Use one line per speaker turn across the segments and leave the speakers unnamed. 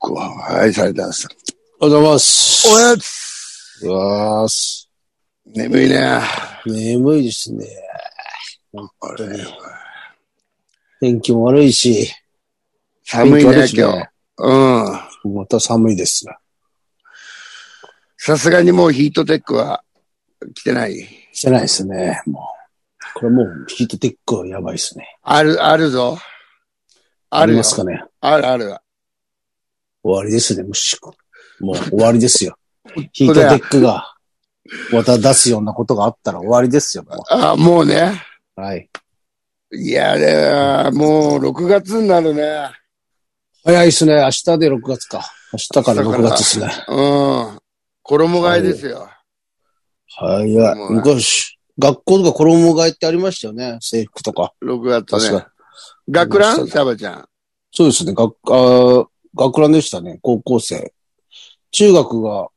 はい、されてます。
おはようございます。
おやつ
おはようございます。
眠いね。
眠いですね。
あれ
天気も悪いし、
寒い
天気悪
ね
い、しね
今日。うん。
また寒いです。
さすがにもうヒートテックは来てない。
してないですね。もう。これもうヒートテックはやばいですね。
ある、あるぞ。ある
り
よ
ま。すかね。
あるある。
終わりですね、もしく。もう終わりですよ。ヒー
当
ト
だよ
テックが、また出すようなことがあったら終わりですよ、も
あ、もうね。
う。はい。
いや、でもう6月になるね。
早いですね。明日で6月か。明日から6月ですね。
うん。衣替えですよ。
早い
も。う
昔、学校とか衣替えってありましたよね。制服とか。
6月
確
ね
か。。
学ランサバちゃん。
そうですね。学、あー学ランでしたね。高校生。中学が、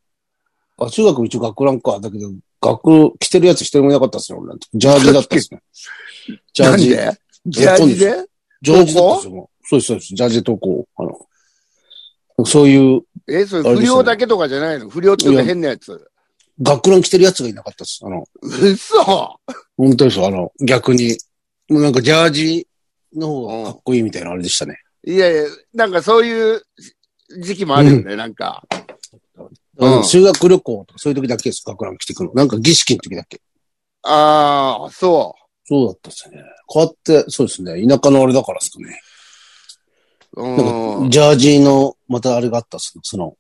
あ、中学も一応学ランか。だけど、学、着てるやつ一人もいなかったですね、俺なんて。ジャージだったで すね。ジャ
な
ー
ん
ジ。
でジャージで
ジャージだったですよ。もうそうです、そうです。ジャージで投稿。あの、そういう、
え、それ不良だけとかじゃないの不良っていうか変なやつ。
学ラン着てるやつがいなかったです。あの、
嘘
本当ですよ。あの、逆に。もうなんかジャージの方がかっこいいみたいなあれでしたね。
いやいや、なんかそういう時期もあるよね、なんか。うん
うん、修学旅行とかそういう時だけです。学ラン着てくるの。なんか儀式の時だけ。
ああ、そ
そうだったですね。変わって、そうですね。田舎のあれだからですかね。
う。
な
うん
か、
ん。
ジャージの、またあれがあったっすね。その、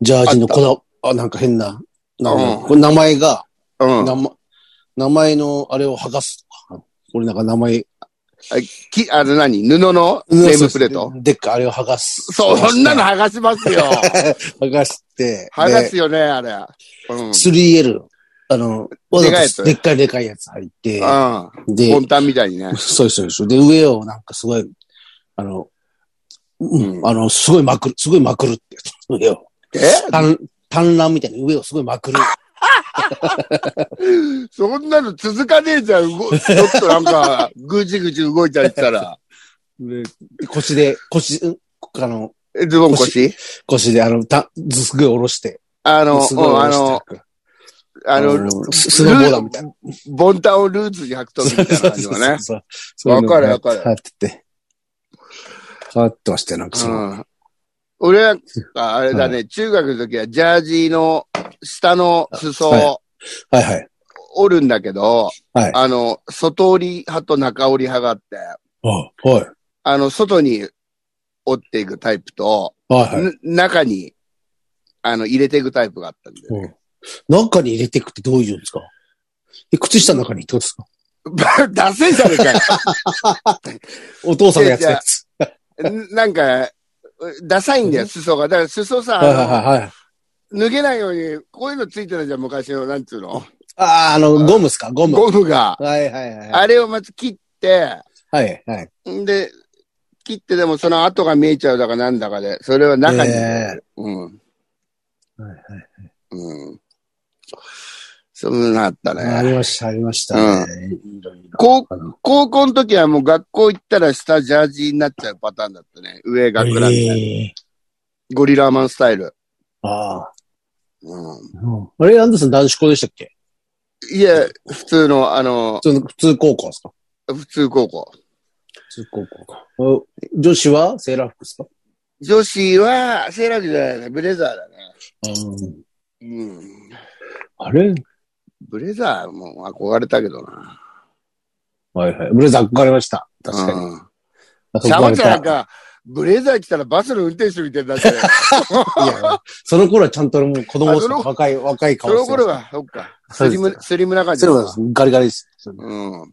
ジャージのこだ、あ、なんか変な、なんか
うん
これ名前が、
うん
名。前名前のあれを剥がすとか。俺なんか名前、
き、あの何布のネームプレート
でっかいあれを剥がす。
そう、そんなの剥がします よ。
剥がして、
剥が
で、
すよね、あれ。うん。
3L、あの、わざ
でかいや
と
つ
でっかいでかいやつ入って、
う
で
ん。、ボンタンみたいにね。
そうですそうです。で、上をなんかすごい、あの、うん、
うん
あの、すごいまくる、すごいまくるって。上を。
え
単、単乱みたいに上をすごいまくる。
そんなの続かねえじゃん。動ちょっとなん か、ぐちぐち動いたりしたら。
腰で、腰、うんあの、
えズボン腰
腰で、あの、た、ずすごい下ろして。
あの、
すごい
うんあ
下ろ
の
し、て。
あの、
ススノーボーダーみたいな。
ボンタンをルーズに履くとみたいな感じのね。
そうそういうの
わかるわかる
流行ってて。流行ってましたよ、なんかその。
うん俺は、あれだね、中学の時はジャージの下の裾
は
を
はいはい。
折るんだけど、
はい
あの、外折り派と中折り派があって、
はい。はい。
あの、外に折っていくタイプと、
はいはい。
ぬ中に、あの、入れていくタイプがあったんだよ。
うん中に入れていくってどういうんですかえ靴下の中にってことですか
ダセえじゃねえかよ。
お父さんのやつやつ。
ん なんか、ダサいんだよ、裾が。だから裾さ、
はいはいはいはい。
脱げないように、こういうのついてたじゃん、昔の、なんつうの
ああ、あの、ゴムっすかゴム。
ゴムが。
はいはいはい。
あれをまず切って、
はいはい。
んで、切ってでもその跡が見えちゃうだかなんだかで、それは中に。
え
うん。
はいはい
うん。そんなのあった
あ
ね。
りました、ありましたね。いろいろ
高
あの
高校の時はもう学校行ったら下ジャージになっちゃうパターンだったね。上学ラン、
ええ
ゴリラマンスタイル。
ああ。
うん。
うんあれ、アンダーソン男子校でしたっけ
いや、普通の、あの、
普通の、普通高校ですか
普通高校。
普通高校か。お女子はセーラー服ですか
女子は、セーラー服じゃないね。ブレザーだね。
うん。
うん。
あれ
ブレザーも憧れたけどな。
はいはい。ブレザー憧れました。確かに。
に。シャ
憧
ワ
れ
ちゃん
た
なんか、ブレザー着たらバスの運転手みたいになって、
いや、その頃はちゃんと俺も子供ですか
あ
ら
その
若い、若い顔
そ
してま
の
した。
頃は、そっか、
そう
ス
で
リ
す、
ム、スリムな感じ
そ
だった。
うです。ガリガリです。
うん。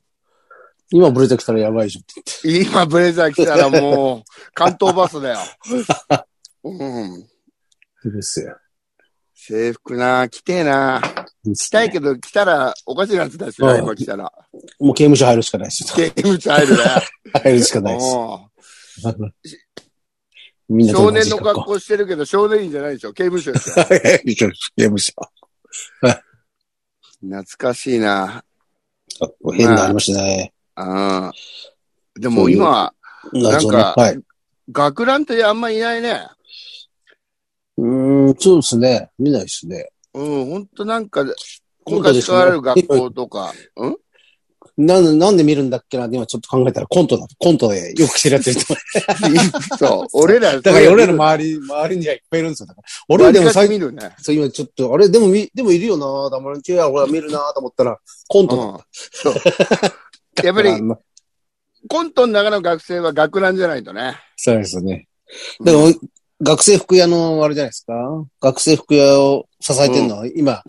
今ブレザー来たらやばいでしょって
今、ブレザー着たらもう、関東バス だよ。うん。
言って。ですよ。
制服な、着てえな。着たいけど、着たらおかしいなってたしな、
うん
今着たら。
もう刑務所入るしかないですよ。
刑務所 入るね。
入るしかないです。
う
みん
ん
な
少年の格好してるけど、少年院じゃないでしょ。刑務所でしょ。
はい、刑務所。
懐かしいな。
変なのありましたね。
うん。でも今、
謎の
なんか
はい。
学ランってあんまいないね。
そうですね。見ないですね。
うん、ほんとなんか、
今度で
昔
し
か
ょうね
らある学校とか、うん
なん、なんで見るんだっけなって今ちょっと考えたらコントだ。コントでよく来てるやついる と思う
そう、俺ら、
だから俺らの周り、周りにはいっぱいいるんですよ。だから俺
俺
は
で
で
も
も最近、
見るね。
そう今ちょっと、あれ、でも見、でもいるよなダマルンチュア、俺は見るなと思ったら、コン
う
ト
ん
だ。。
そう。 やっぱり
あんま
コントの中の学生は学ランじゃないとね。
そうですよね。でも、学生服屋のあれじゃないですか学生服屋を支えてるのは、今、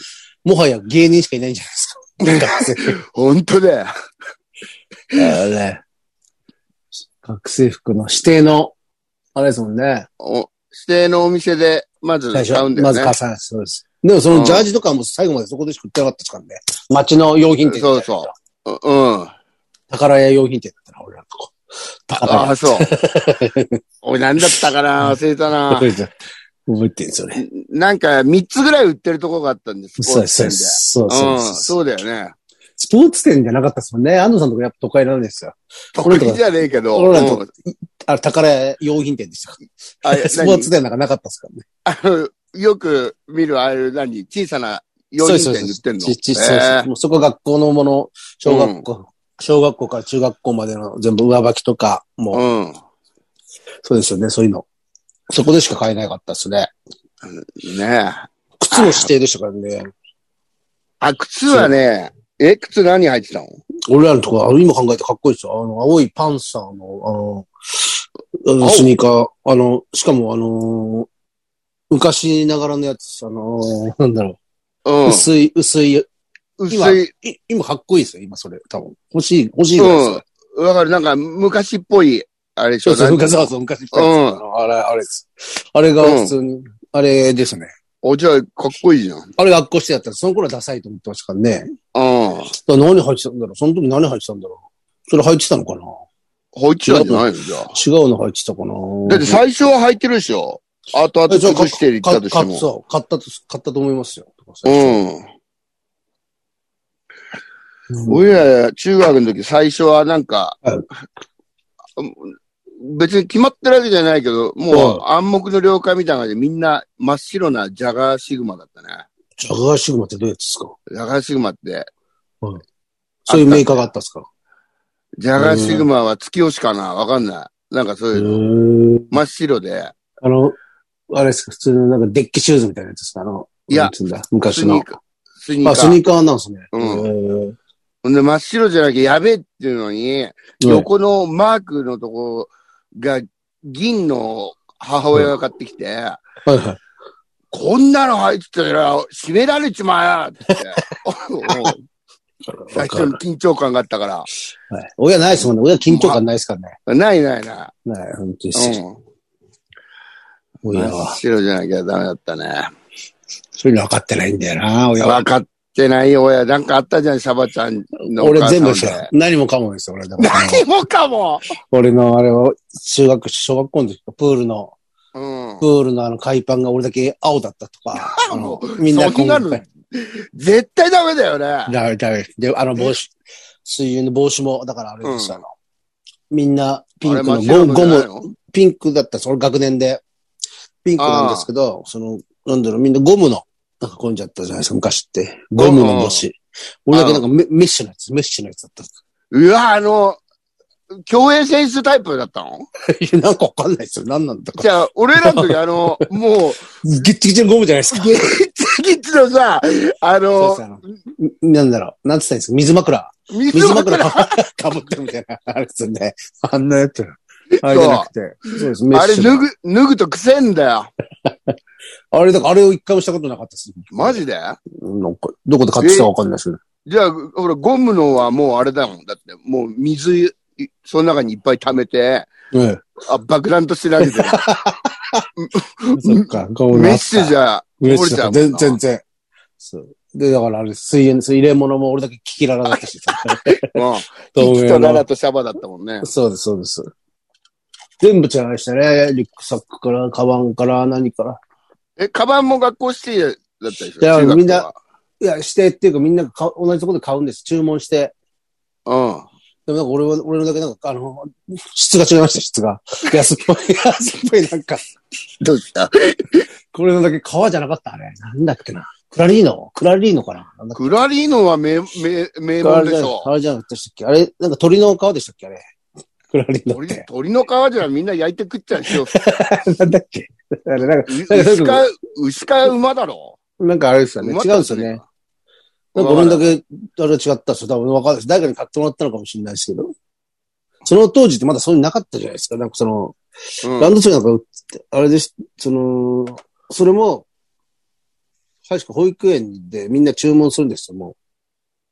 もはや芸人しかいないんじゃないです か
本当だよ。
学生服。ね 学生服の指定の、あれですもんね。
お指定のお店で、まず
最初
買うんだよ
ま
ね。
ず買さないそうです。でもそのジャージとかも最後までそこでしか売ってなかったですからね。街の用品店。
そうそう。ううん。
う。宝屋用品店だったな、俺らのとこ。宝屋
あ。あ、 そう。おい、なんだったかな忘れたな
覚。えてる覚えてるんですよね。
なんか、3つぐらい売ってるとこがあったんです。
そうです、そうです。そうです
う、
そうんです。
そうだよね。
スポーツ店じゃなかったですもんね。安藤さんとかやっぱ都会なんですよ。
得意じゃねえけど。
俺らと
うん
あ、宝屋用品店でしたか
あ
ら。 スポーツ店なんかなかったですからね。
あの、 よく見るああいう何、小さな
そ
要
うです
因
そ
点
うで
に売っ
す
てんの。
ちちそう
へ
で
え
すもうそこ学校のもの、小学校、小学校から中学校までの全部上履きとか、もう、
うん。
そうですよね、そういうの。そこでしか買えなかったですね。
ねえ。
靴も指定でしたからね。
あ、靴はね、え、靴何入ってたの
俺らのとこ、あの、今考えてかっこいいですよ。あの、青いパンサーの、あの、あのスニーカー、あの、しかもあの、昔ながらのやつ、あの、なんだろ
う
う、
ん。
薄い、薄い
薄
今
い。
い今かっこいいですよ、今それ。多分。欲しい、欲しいぐらいです
うん。
よ。
わかる。なんか、昔っぽい、あれでし
そ
ょ。
うそう、
なん
昔そうそう、昔そう
うん
あれ、あれです。あれが普通に、あれですね。
お、じゃあ、かっこいいじゃん。うん。
あれ学校してやったら、その頃はダサいと思ってましたからね。だから何入ってたんだろうその時何入ってたんだろうそれ入ってたのかな
履いてたんじゃないのじゃあ。
違うの入ってたかな
だって最初は履いてるでしょ。あとあと
えそう
崩していっ
か
たとして
か
も。
そう、買ったと、買ったと思いますよ。
うん。
うん
俺ら、中学の時最初はなんか
はい、
別に決まってるわけじゃないけど、も
う
う暗黙の了解みたいな感じでみんな真っ白なジャガーシグマだったね。
ジャガーシグマってどういうやつですか
ジャガーシグマって、
そういうメーカーがあったんですか
ジャガーシグマは月吉かなわかんない。なんかそう
へ
いうの。
ー
真っ白で、
あの、あれですか普通のなんかデッキシューズみたいなやつですかあの、
いや
なんつうんだ昔の。
スニーカスニー
あ、ス
カー。
ニーカーなんですね。
うん
ん。
ほんで真っ白じゃなきゃやべえっていうのに、横のマークのとこが銀の母親が買ってきて、
はいはい。
こんなの入ってたら閉められち まえって言って。おう最初の緊張感があったから。
はい親ないですもんね。親緊張感ないですからね。
ないないな
ない、本当で
い。
すよ。
うん。
親
真
は
っ。白じゃなきゃダメだったね。
そういうの分かってないんだよな、親は。
分かってないよ、親。なんかあったじゃん、シャバちゃんのお
俺
母さん
全
で。
部ですよ。何もかもですよ、俺だから。
何もかも。
俺のあれは、中学、小学校の時、プールの、
うん。
プ。ールのあの海パンが俺だけ青だったとか あの
もう
みんな
そうなる
だ
絶対ダメだよね。
めだめ。で、あの帽子、水泳の帽子も、だからあれでした、
う
あの。みんな、ピンク
あ
の
れ
ゴム、ゴム、
ゴム。
ピンクだったんです、俺学年で。ピンクなんですけど、その、なんだろう、みんなゴムの、なんか混んじゃったじゃないですか、昔って。ゴムの帽子。俺だけなんかメメッシュのやつ、メッシュのやつだったん です
うわ、あの、競泳選手タイプだったの
いやなんかわかんないですよ、何なんだか。
じゃあ、俺らの時、あの、 もう、
ギッチギチのゴムじゃないですか。
ギッチギチのさ、あ
そう
の
です、あのんなんだろう、なんつったらいいんですか、水枕。
水
水
枕
枕かぶってみたいな。あれですよね。あんなやつ。あれじゃなくて。そうです、メッ
あれ
シュの。
脱ぐ、脱ぐとくせんだよ。
あれ、だからあれを一回もしたことなかったです。
マジで
なんか、どこで買ってたかわかんないですけど。
じゃあ、ほら、ゴムのはもうあれだもん。だって、もう水、いその中にいっぱい溜めて、
ええ
あ、爆弾として投げ てる。
そっか、ゴムの
メ
あ
ッ
っ
シュ
た
じゃ、
嬉しい
俺ちゃんも
全全然。そう。で、だからあれ、水泳、水入れ物も俺だけキキララだったし さ。
もう、
透
キキと
明
ララ
の。
とシャバだったもんね。
そうです、そうです。全部違いましたね。リュックサックから、カバンから、何から。
え、カバンも学校指定だったでしょ
いや
中学校
みんな
はい
や、してっていうかみんな買う同じところで買うんです。注文して。
うん。
でもなんか俺は、俺のだけなんか、あの、 質が違いました、質が。安っぽい、安っぽいなんか、
どうした
これのだけ革じゃなかったあれ。なんだっけな。クラリーノクラリーノかななんだっけ
クラリーノは名、名、名門でしょ
あれじゃなかったでしたっけあれ、なんか鳥の皮でしたっけあれ。クラリーノっ
鳥
て。
鳥の皮じゃみんな焼いて食っちゃうで しょ。
なんだっけ あれなんか、なんかそういう
牛
こと
か、牛か馬だろ。
なんかあれですよね。
馬
違うんですよね。なんか俺だけ、あれ違ったっすよ。多分わかんないです。誰かに買ってもらったのかもしれないですけど。その当時ってまだそういうのなかったじゃないですか。なんかその、
うん
ランドセルなんか売って、あれです、その、それも、確か保育園でみんな注文するんですよ、も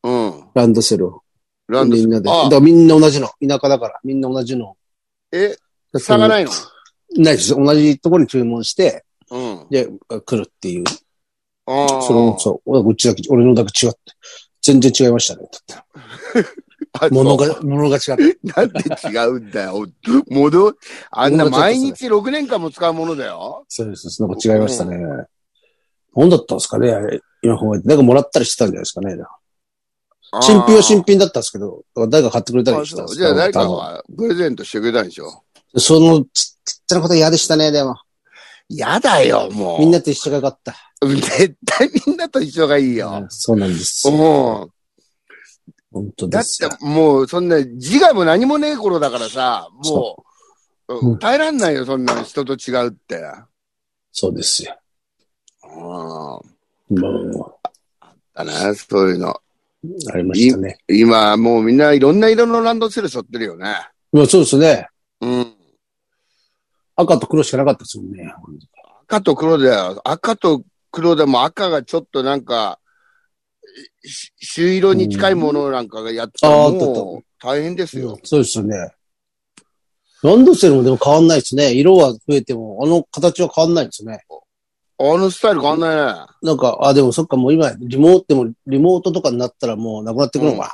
うん。
う。ランドセルを。
ランド
みんなで。だ
あ
からみんな同じの。田舎だから。みんな同じの。
え、差がないの
ないです。同じところに注文して、
うん。
で、来るっていう。
ああ。
その、そう。うちだけ、俺のだけ違って。全然違いましたね。だって
あ
物が、物が違った。
なんで違うんだよ。戻っ、あんな毎日6年間も使うものだよ。
そうですそうです。なんか違いましたね。何だったんですかねあれ、今考えて。なんかもらったりしてたんじゃないですかね。新品は新品だったんですけど、誰か買ってくれたりしたん
あ
で
そう
す
じゃあ誰かがプレゼントしてくれたんでしょ。
多分そのちちっちゃなこと嫌でしたね、でも。
やだよ、もう。
みんなと一緒がよかった。
絶対みんなと一緒がいい
うん
よ。
そうなんです。
うん。
本当
だ
で
っ
すよ。
てもうそんな自我も何もねえ頃だからさ、もう
う
うん耐えらんないよ、そんなの人と違うって。
そうですよ。
うん。
も
だな、そういうの。
う、ありましたね。
今、もうみんないろんな色のランドセル背負ってるよね。
まあそうですね。
うん。
赤と黒しかなかったですもんね。
赤と黒だよ。赤と黒でも赤がちょっとなんか、し朱色に近いものなんかがやったら
うんあー
もう大変ですよ。
そうですよね。ランドセルもでも変わんないですね。色は増えても、あの形は変わんないですね。
あのスタイル変わんないね。
なんか、あ、でもそっか、もう今、リモートでも、リモートとかになったらもうなくなってくのか。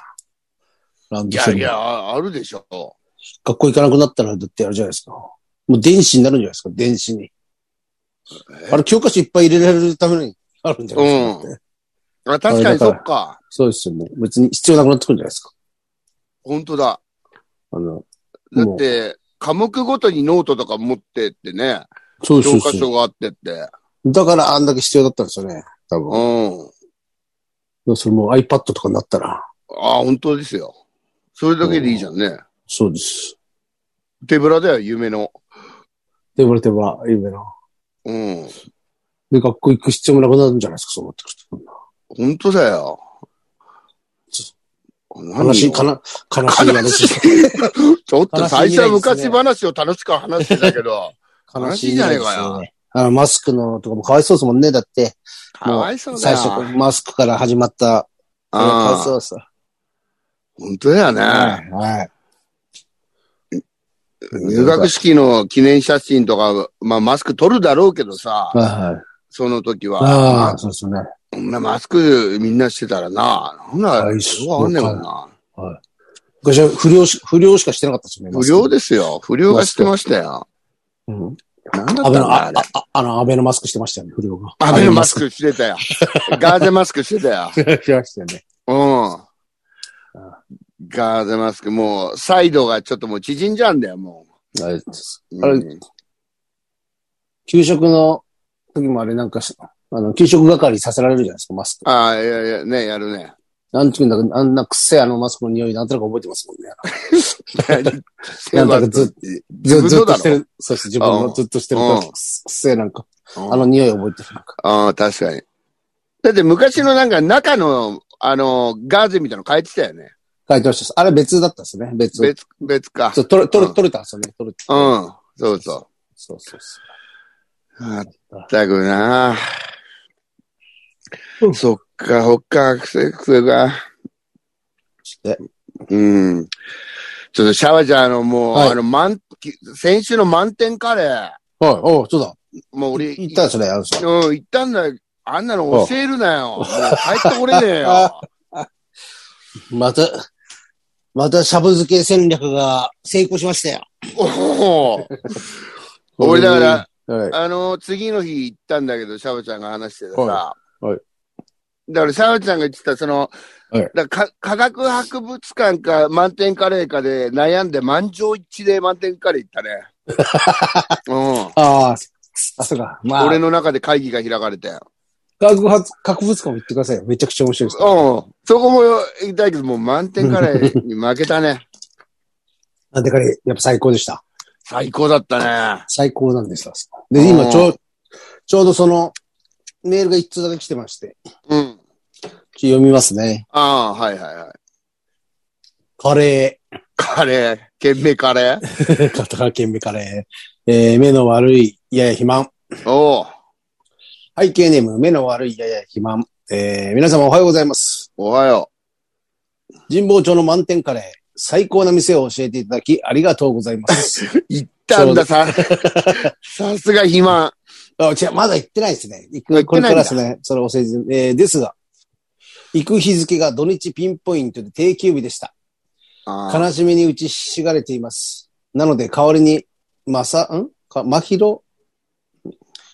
ラン
い
ド
や
セル
い
も。
や、ああるでしょ。
学校行かなくなったら、だってあれじゃないですか。もう電子になるんじゃないですか、電子に。
え
あれ、教科書いっぱい入れられるためにあるんじゃないですか。
う
だって
あ確かにそっか。
そうですよ、もう。別に必要なくなってくるんじゃないですか。
本当だ。
あの、
だ
も
っ
う、
て、科目ごとにノートとか持ってってね、
そうそ
教
う
科
そ
書があってって。
う。だから、あんだけ必要だったんですよね。多
う
分。
ん。
それもう iPad とかになったら。
ああ、本当ですよ。それだけでいいじゃんね。
そうです。
手ぶらだよ、夢の。
で、俺手は、夢の。
うん。
で、学校行く必要もなくなるんじゃないですか、そう思ってくると。
本当だよ。何よ
悲しい、かな、悲しい話。
ちょっと最初は昔
悲
話を楽しく話してたけど、
悲
悲
し
し
い
い
じ
じ
ゃ
ゃ
な
ね
い
え
か
か
よ。
よ
あの、マスクのとかもかわいそうですもんね。だって、
かわいそうだ
最
よ。
初、マスクから始まった。かわい
あ
そ
あ、
うです。
本当だよね。
はい。
入学式の記念写真とか、まあマスク取るだろうけどさ、
はいはい。
その時は。
ああ、そうですね。
こんなマスクみんなしてたらな、なんだ
は
よ
い
くわかんねえもんな。
昔は不良し、不良しかしてなかったですね。
不良ですよ。不良がしてましたよ。
うん。
なんだったん
安倍
だ
の、あ
あれ。、
あ、あの、安倍のマスクしてましたよね、不良が。
安倍のマスクして たよ。ガーゼマスクしてたよ。
クしてましたよね。
うん。ガーゼマスク、もう、サイドがちょっともう縮んじゃうんだよ、も
あれです
う。
あれ
うん
給食の時もあれなんかし、あの、給食係させられるじゃないですか、マスク。
ああ、いやいや、ね、やるね。
あの時なんか、あんなくせえあのマスクの匂いなんとなく覚えてますもんね。 なんだかずっとず
分の
ずっと
だろ
してる。そうです。自分
う
の
ん
ずっとしてる
うん
くすくせえなんか、
うん
あの匂い覚えてる。なんか
ああ、確かに。だって昔のなんか中の、あの、ガーゼみたいなの変えてたよね。
書いてました。あれ別だったですね。別。
別、別か。
そう、取れ、取
う
れ、
ん
取れたんですよね。取れた。
うん。そうそ。
そうそうそう
まったくな
うん
そっか、ほっか、くせくせが。
う。して。
うん。ちょっとシャワちゃん、あの、もう、
はい
あの、満、き先週の満点カレー、
はい、おう、そうだ。
もう俺、
行ったんですね、あの人。
うん、行ったんだよ。あんなの教える なよ。もう帰ってこれねえよ。
また、また、シャブ漬け戦略が成功しましたよ。
おお俺だから
ら、はい。
あの、次の日行ったんだけど、シャバちゃんが話してたさ。
ははい
だから、シャバちゃんが言ってた、その、
はい
だからか科学博物館か満点カレーか で悩んで、満場一致で満点カレー行ったね。
ああ、あ、そうか。まあ、
俺の中で会議が開かれて。うん。
学発、博物館も行ってくださいよ。めちゃくちゃ面白いですから。
そこも行きたいけど、もう満点カレーに負けた ね。
なんでかね、やっぱ最高でした。
最高だったね。
最高なんですよ。で、今ちょう、ちょうどその、メールが一通だけ来てまして。
うん。
ちょっと読みますね。
ああー、はいはいはい。
カレ
カレー。懸命カ レー。
ー。片川県民カレー。えー、目の悪い、やや肥満。
おう
背景ネーム、目の悪い、やや肥満。えー、皆様おはようございます。
おはよ
神保町の満点カレー。最高な店を教えていただき、ありがとうございます。
う。行ったんだ、さ、さ すが肥満。
あ、違う、まだ行ってないですね。行
行っ
く、こ
て
れ
な
か
いん
ら
だ
ですね。それを教えて、えーですが、行く日付が土日ピンポイントで定休日でした。
あー
悲しみに打ちひしがれています。なので、代わりに、まさ、んか、まひろ、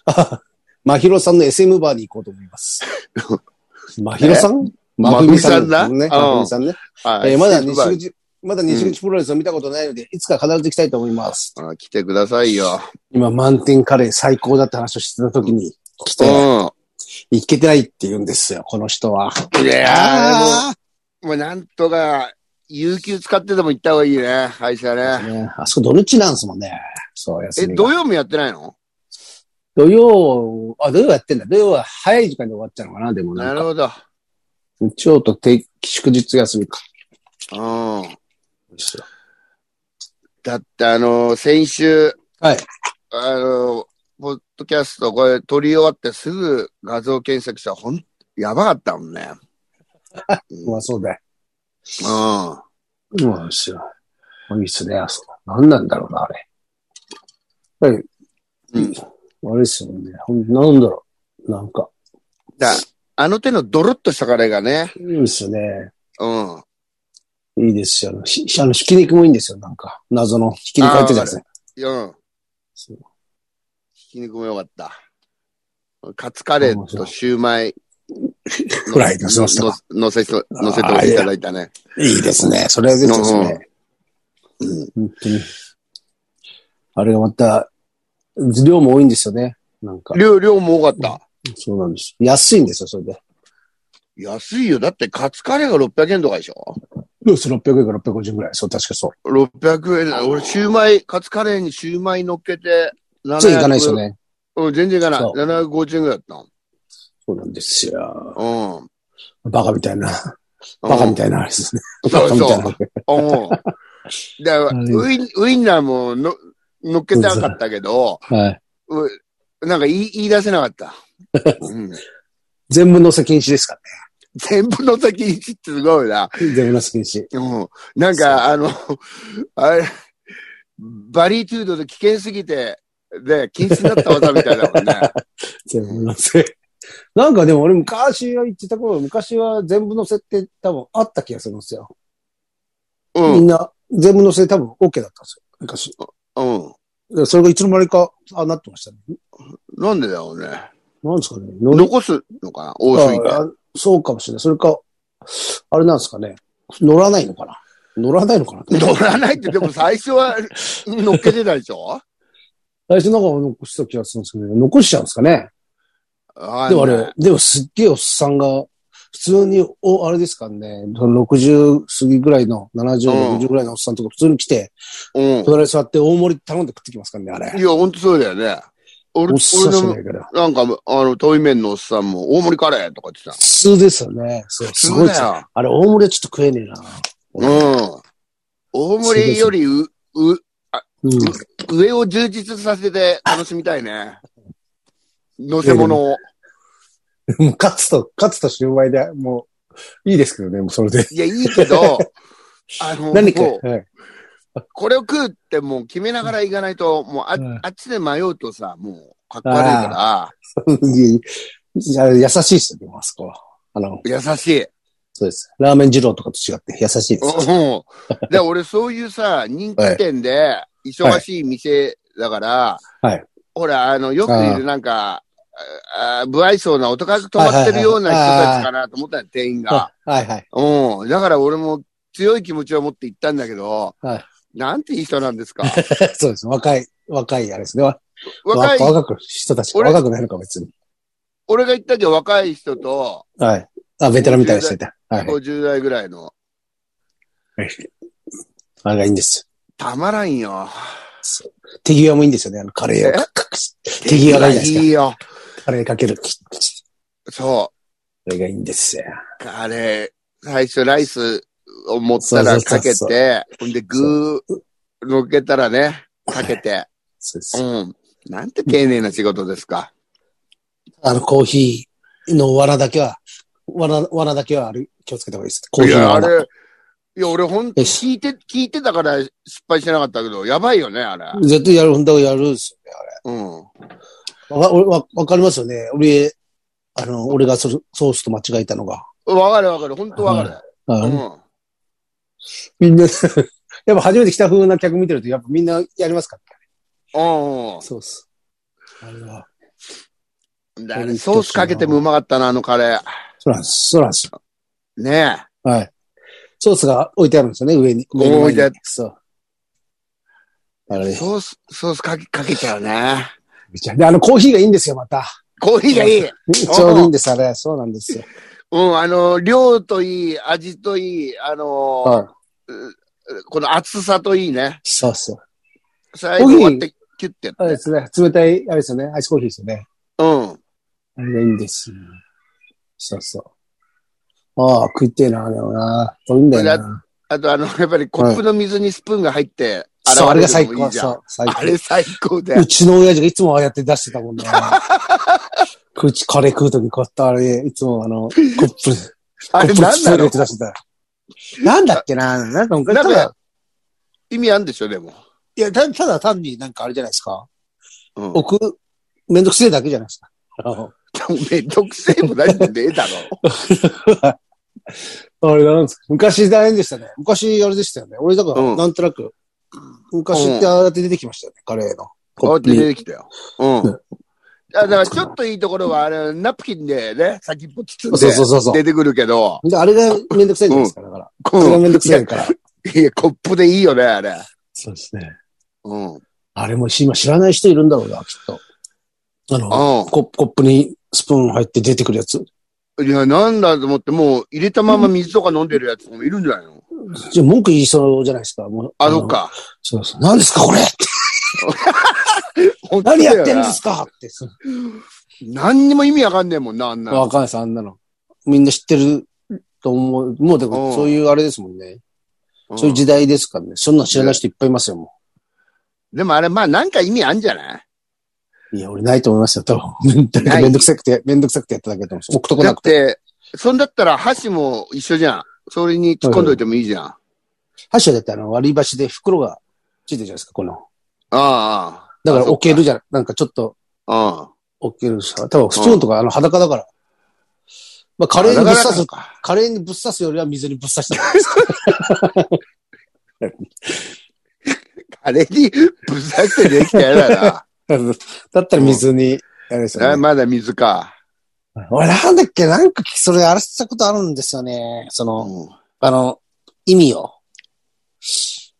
あまひろさんの SM バーに行こうと思い ます。まひろさん
まふみさんな
ね。
うん
まふみさんね。
はい
えーまだ
ステッ
西
プバイ
口、まだ西口プロレスを見たことないので、いつか必ず行きたいと思います。
あー来てくださいよ。
今、満点カレー最高だって話をしてた時に来
う
て、行けてないって言うんですよ、この人は。
ん。いや
あ
ー、もう、もうなんとか、有給使ってでも行った方がいいね、会社
あ
ね。
ね、あそこ土日なんですもんね。そう、
え、
休みが
土曜もやってないの
土曜、あ、土曜やってんだ。土曜は早い時間で終わっちゃうのかな、でもな
なんる
か。
ほど。
日曜と定祝日休みか。
うん。だって、あのー先週、
はい。
あのーポッドキャスト、これ撮り終わってすぐ画像検索したら、ほん、やばかったもんね。うん
まあそうだよ。
うん。
うん、面白い。いいっすね、あそこ。何なんだろうな、あれ。はい。
うん
あれっすよね。ほんなんだろう。なんか。
だあの手のドロッとしたカレーがね、
いいっすね。
うん。
いいですよ。ひあの、ひき肉もいいんですよ、なんか。謎のひき肉入ってたやつね。
うん。
そう
ひき肉も良かった。カツカレーとシューマイ。
フライ乗せましたか
のせそ、のせていただいたね。
いいですね。それはぜひですね。本当に。あれがまた、量も多いんですよね。なんか。
量、量も多かった。
そうなんです。安いんですよ、それで。
安いよ。だってカツカレーが600円とかでしょ
よし、600円から650円ぐらい。そう、確かそう。
600円だ。俺、シューマイ、カツカレーにシューマイ乗っけて、700
つい行かないですよ。ね。
うん、全然いかない。
そう
750円ぐらいだっ
そうなんですよ。
たの。うん。
バカみたいな。バカみ
い。
たいなあれですね。
そ
バ
う
カみたいな。
うん。だから、
うん
ウイン、ウインナーもの、乗っけたかったけど、
はい。
うなんか言い言い出せなかった。うん、
全部乗せ禁止ですか
全部の先一ってすごいな。
らね。全部乗せ禁止。
うん、なん
そう
か、あの、あれ、バリトゥードで危険すぎて、で、禁止になった技みたいだ もんね。
全部乗せ。なんかでも俺昔は言ってた頃、昔は全部乗せって多分あった気がするんですよ。みんな、全部乗せ多分 OK だったんですよ。昔。
うん。うん。
それがいつの間にか、あ、なってましたね。
なんでだろうね。
なんですかね。乗り
残すのかな多すぎて。
あそうかもしれない。それか、あれなんですかね。乗らないのかな乗らないのかな
乗らないって、でも最初は乗っけてたでしょ
最初の方が残した気がするんですけど、残しちゃうんですかね。
は
でもあれ、でもすっげえおっさんが、普通に、お、あれですかね、その60過ぎぐらいの、70、
うん
60ぐらいのおっさんとか普通に来て、
うん。
隣に座って大盛り頼んで食ってきますからね、あ
い
れ。
や、ほんとそうだよね。俺、
おっさん
俺
し
の
ないから。
なんか、あの、遠い面のおっさんも、大盛りカレーとか言ってた
普。通ですよね。そう、すごいですよ。
よ。
あれ、大盛りはちょっと食えねえな。
うん。大盛りよりう、う、
うん。
上を充実させて楽しみたいね。乗せ物を。
もう、カツと、カツとシューマイで、もう、いいですけどね、もうそれで。
いや、いいけ ど、あの、
何か、
もう
はい。
これを食うってもう決めながら行かないと、もうあ、
うん
あっちで迷うとさ、もう、かっこ悪いから、
いや優しいですよ、でもあそこは。あの、
優しい。
そうです。ラーメン二郎とかと違って優しいです。
うん。で、俺そういうさ、人気店で、忙しい店だから、
はい
ほら、あの、よくい
あー
るなんか、あー不愛想な男が止まってるような人たちかなと思ったよ、店員が
は。いはいはい。
うん。だから俺も強い気持ちを持って行ったんだけど、
はい
なんていい人なんですか。
そうです。若い、若いあれですね。わ
若い、
若く、人たちが
俺
若くないのか、別に。
俺が言ったけど若い人と、
はい。あ、ベテランみたいにしてて。はい。
50代ぐらいの、
あれがいいんです
たまらんよ。
よ。手際もいいんですよね。あの、カレーを
え
カクカクし。手際がいいじゃないですか
いいよ。
カレーかける。キッキッキッ
そ
あれがいいんですよ。
う。あれ、最初ライスを持ったら
そうそ
か
うそ
け
うそう
て、ほんで具乗っけたらね、かけて。
そうです。
うん。なんて丁寧な仕事ですか。
あの、コーヒーの罠だけは、罠、罠だけはある。気をつけた方がいいです。コー
い
ヒーの
や、あ
罠。
れ、いや、俺ほんと
よし
聞いて、聞いてたから失敗してなかったけど、やばいよね、あれ。
絶対やる、ほんとやるんですよね、
うん。
あれ。わか、俺わ、わかりますよね。俺、あの、俺がそソースと間違えたのが。
わかるわかる、ほんとわか
あ
る。
の
うん。
みんな、 やっぱ初めて来た風な客見てると、やっぱみんなやりますか
うん
そうっす。あれは。
うん。だよねソースかけてもうまかったな、あのカレー。
そうなんです。そうなんですよ。
ね
はい。ソースが置いてあるんですよね、上に。上に
置いてある
そう。あ
え。
れ、
ソース、ソースかけ、かけちゃうね。
で、あの、コーヒーがいいんですよ、また。
コーヒーがいい。
ちょうどいいんです、あれ。そうなんですよ。
うん、あの、量といい、味といい、あのー
は
この厚さといいね。
い。そうそう。
最後終わって、キュッてや
あれ
っ
で
て。
すね。冷たい、あれですよね。アイスコーヒーですよね。
うん。
あれがいいんですよ。そうそう。ああ、食いてえな、でもな。これいいんだよな。
あと、あの、やっぱりコップの水にスプーンが入って、現
そう、あれ
れ
が
る
最
のもい
高。
いじゃ
そ
ん。
う、最
あれ
高。
最高だよ
う。ちの親父がいつもああやって出してたもんな。口カレー食うときこうやったあれ、いつもあの、コップ、コ
あ
ッ
れ
プ
何
包
なん
で
だろ
やって出してた。なんだっけな、なんか、
なん
ただ
か、意味あるんでしょ、でも。
いや、たただ単になんかあれじゃないですか。
うん。でも
僕、めんどくせえだけじゃないですか。あの
めんどくせえも何もねえだろ。
あれなんですか昔大変でしたね。昔あれでしたよね。俺だから、
うん
なんとなく、昔ってああやって出てきましたよね、カレーの。
こうやって出てきたよ。うん
う。
あだからちょっといいところは、あれ、ナプキンでね、先っぽ包ん
そうそ
で
うそうそう。
出てくるけど、
で、あれがめんどくさいんじゃないですか、だから。
こ
あれが
う
めんどくさいから。
いや、コップでいいよね、あれ。
そうですね。
うん。うん。
あれも今知らない人いるんだろうな、きっと。あの、ココップにスプーン入って出てくるやつ。
いや、なんだと思って、もう入れたまま水とか飲んでるやつもいるんじゃないの
じゃあ文句言いそうじゃないですか。もう
あ、そっ。か。
そうそう。何ですか、これ
本当だ
何
よ
や
な
ってんですかって。そう
何にも意味わかんねえもんな、あんなの。
わかんないです、あんなの。みんな知ってると思う。もう、で
う
も、
ん
そういうあれですもんね。
うん
そういう時代ですからね。そんなん知らない人いっぱいいますよ、も。
でもあれ、まあ、なんか意味あんじゃないう
いや、俺ないと思いますよ、多分。だって
ない
めんどくさくて、めんどくさくてやっただけだと思う。置くとこ
だ
な
っ
くて。
て、そんだったら箸も一緒じゃん。それに突っ込んどいてもいいじゃん。あ
箸はだってあの、割り箸で袋がついてるじゃないですか、この。
あ、
だから
あそっか
置けるじゃん。なんかちょっと
ああ。
置けるし多分スプーンとかあの裸だから。まあ、カレーにぶっ刺す、カレーにぶっ刺すよりは水にぶっ刺した方がいいです。
あれに ぶつかってできたやだ な。
だったら水に、あれですよね
あ。まだ水か。
俺なんだっけなんか、それ、あらしたことあるんですよね。その、
うん
あの、意味を。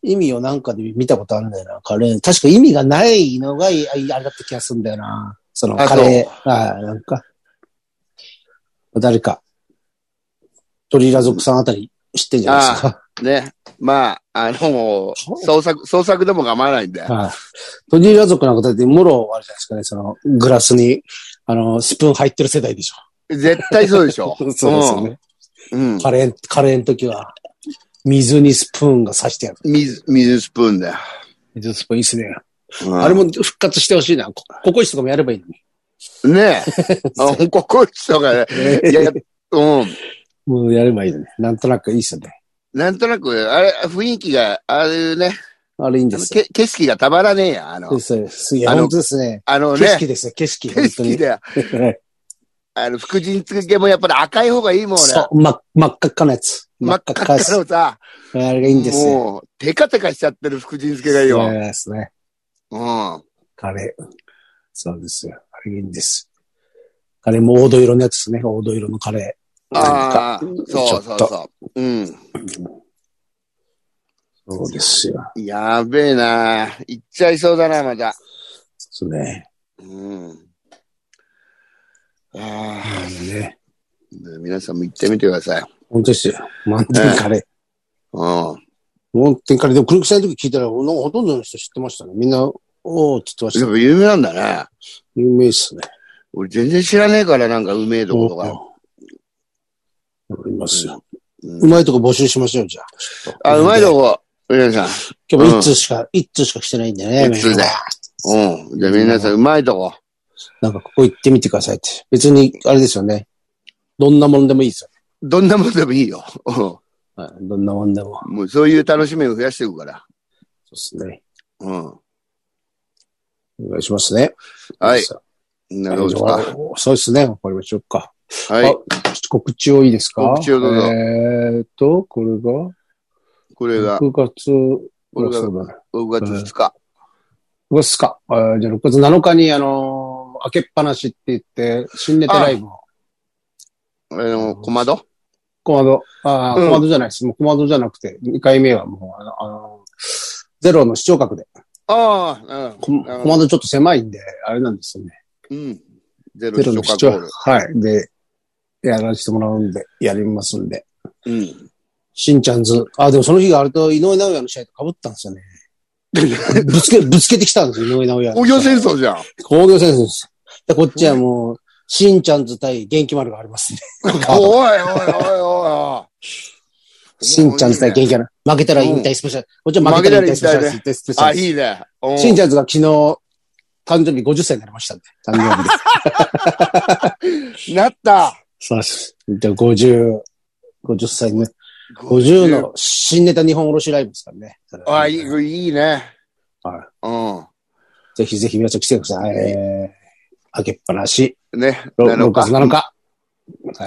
意味をなんかで見たことあるんだよな、カレー。確か意味がないのが、いあれだった気がするんだよな。その、
あ
カレー。はい、なんか。誰か。鳥ラ族さんあたり知ってんじゃないですか。
ね。まあ、あの、創作、創作でも構わないんで。
はい。鳥ラ族なんかだって、もろあるじゃないですかね、その、グラスに、あの、スプーン入ってる世代でしょ。
絶対そうでしょ
。そうですよね。
うん。うん。
カレー、カレーの時は、水にスプーンが刺してある。
水、水スプーンだよ。
水スプーンいいっすね。
うん
あれも復活してほしいな。こココイチとかもやればいいのに。
ねえ。あ、こことかね。 いや、いやうん。
もうやればいいのに。なんとなくいいっすよね。
なんとなく、あれ、雰囲気が、あれね、
あれいいん
あ
で
の
すよ。
け景色がたまらねえや、あの
そう。ですそうです。いや、
あの
本当ですね。
あの
景
ね、
色ですよ、景色。
景色だよ。
本当にはい
あの、福神漬けもやっぱり赤い方がいいもんね。
そう、真っ真っ赤っかなやつ。
真
真
っ
っ
赤
赤
っか
っかやつ。
のさ、
あれがいいんですよ。
もう、テカテカしちゃってる福神漬けがいい
そう
よ。
ですね。
うん。
カレー。そうですよ。あれがいいんです。カレーも黄土色のやつですね。黄土色のカレー。なんか
ああ、そうそうそう。うん。
そうですよ。
やべえな行っちゃいそうだな、また。
そうね。
うん。ああ、
あのね。
皆さんも行ってみてください。
本当ですよ。満点カレー。
うん。
満点カレー。でも、黒木さんの時聞いたら、なんかほとんどの人知ってましたね。みんな、おーって言って
や
まし
っ。
た
ぱ有名なんだね。
有名ですね。
俺全然知らねえから、なんかうめえとことか。
うんわかりますよ。
うん
うまいとこ募集しましょう、じゃあ。ちょっ
あ、うまいと。こ、皆さん。
今日も一通しか、一通しか来てないんでね。
一通でうん。じゃあ皆さん、うまいとこ。
なんかここ行ってみてくださいって。別に、あれですよね。どんなもんでもいいですよ。
どんなもんでもいいよ。う
はい、どんなもんでも。
んもうそういう楽しみを増やしていくから。
そうですね。
うん。
お願いしますね。
はい。
さあ
なるほどか。
そうですね。わかりましょうか。
はい。
ちょっと告知をいいですか
告知をどうぞ
えーっと、これが、
これが、
6月、
これが
そうだね
6月2日。
6月か。えーじゃあ6月7日に、あのー開けっぱなしって言って、新ネタライブを。
あの、小窓
コマド、ああ、
うん
コマドじゃないです。もうコマドじゃなくて、2回目はもう、あの、あのゼロの視聴覚で。
ああ、
コ
うん。
コマドちょっと狭いんで、あれなんですよね。
うん。ゼロ
ゼロ
視聴
の視
覚
聴
ホール。
はい。で、やらせてもらうんで、やりますんで。
うん。
しんちゃんズ。あ、でもその日があれと井上直弥の試合と被ったんです よね。ぶつけ、ぶつけてきたんですよ、井上直弥。
工業戦争じゃん。
工業戦争です。で、こっちはもう、しんちゃんズ対元気丸があります ね。
おいおいおいおい。
しんちゃんズ対元気丸。負けたら引退スペシャル。こっちは負けたら引退スペシャルです。
負
引退スペシャ
あ、
ルです
いいね。うん
しんちゃんズが昨日、誕生日50歳になりま したんで、誕生日で。
なった。
そうです。で50、50歳ね。50。の新ネタ日本おろしライブですからね。
あ、いい、いいね。
は
う
ぜひぜひ皆さん来てください。えー、開けっぱなし。
ん。ね。
ろ
7
6月7日。は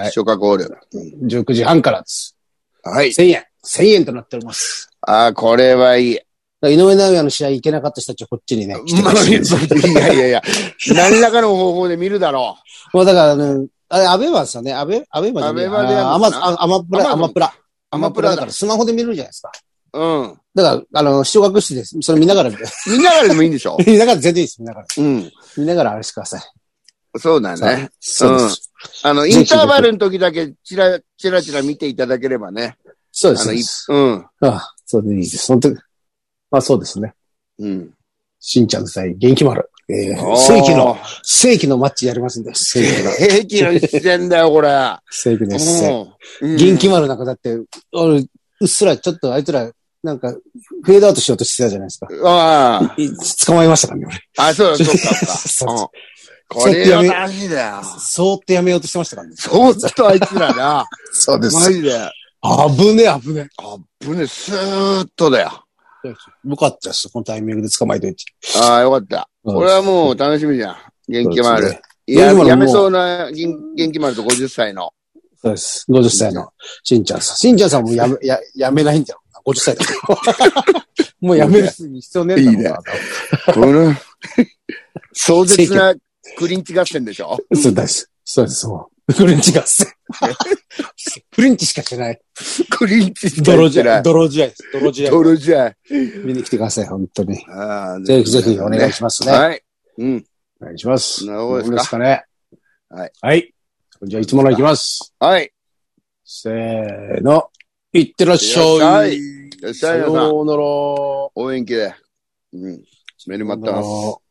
日。
い。
昇格ホール。
19時半からです。
はい。
1000円。1000円となっております。
あ、これはいい。
だから井上尚弥の試合行けなかった人たちはこっちにね、来て
ま
ほ
あ、
しい
い
んです。
やいやいや、何らかの方法で見るだろ
もうだから、あのあれ、アベマですよね。アベ、アベマじゃねえ
アベマでやる
あア
のか
マ、
な
あアマプラ、
アマ
アマプラ。
ア
ア
マ
マ
プ
プ
ラだ
ラだからスマホで見れるじゃないですか。
う。うん。
だから、あの、視聴覚室です。それ見ながら、見
見ながらでもいいんでしょ
ながら全然いい です。見ながら。
うん。
見ながらあれしてください。
そうだね。
そうです。
あの、イ
ぜひ
ンターバルの時だけ、ちら、ちらちら見ていただければね。
そう
あ
です。そ
の、
う
い
です
うん。
ああそうでいいです。本当に。まあそうですね。
うん。
しんちゃんの際、元気丸。えー、正規の、。正規のマッチやりますんで。正 規の。
正規の一戦だよ、これ。
正規 です。
うん。
元気丸なんかだって、俺、うっすらちょっとあいつら、なんか、フェードアウトしようとしてたじゃないですか。
あ
い捕まえましたからね、俺。
あ。あ、そうだ、そうか、そう
そ
か。
う
うん。これはマジだよ。
そーっとやめようとしてましたからね。
そうずっとあいつらな。
そうで
マジで。
危ねえ、危ね
あぶね、スーッとだよ。
え。よかったです。このタイミングで捕まえといて。
ああ、よかった。
うん
これはもう楽しみじゃん。元気もある。いや、
元気丸も
やめそうな元元気丸と50歳の。
そうです。50歳の、しんちゃんさん。しんちゃんさんもやめ、や、やめないんだよ。50歳だ からもうやめる必要ねえんだろ
この、壮絶なクリンチ合戦でしょ
うな。そうです。そうです。そうフレンチ合 戦。フレンチしかしない。
クリンチ して
泥
る
試合。泥試合です。泥試合。
泥じゃ。
見に来てください、本当に。
ああ
ぜひぜひお願いしますね。
はい。うん。
お願いします。
なるほどですか
どうですかね。
はい。
はい。じゃあ、いつものいきます。
はい。
せーの。いってらっしゃ
いってらっしゃい
い。
いらっし
さ
ゃい皆さん。
ようなら。
応援機で。うん。メルマッタン。
さようなら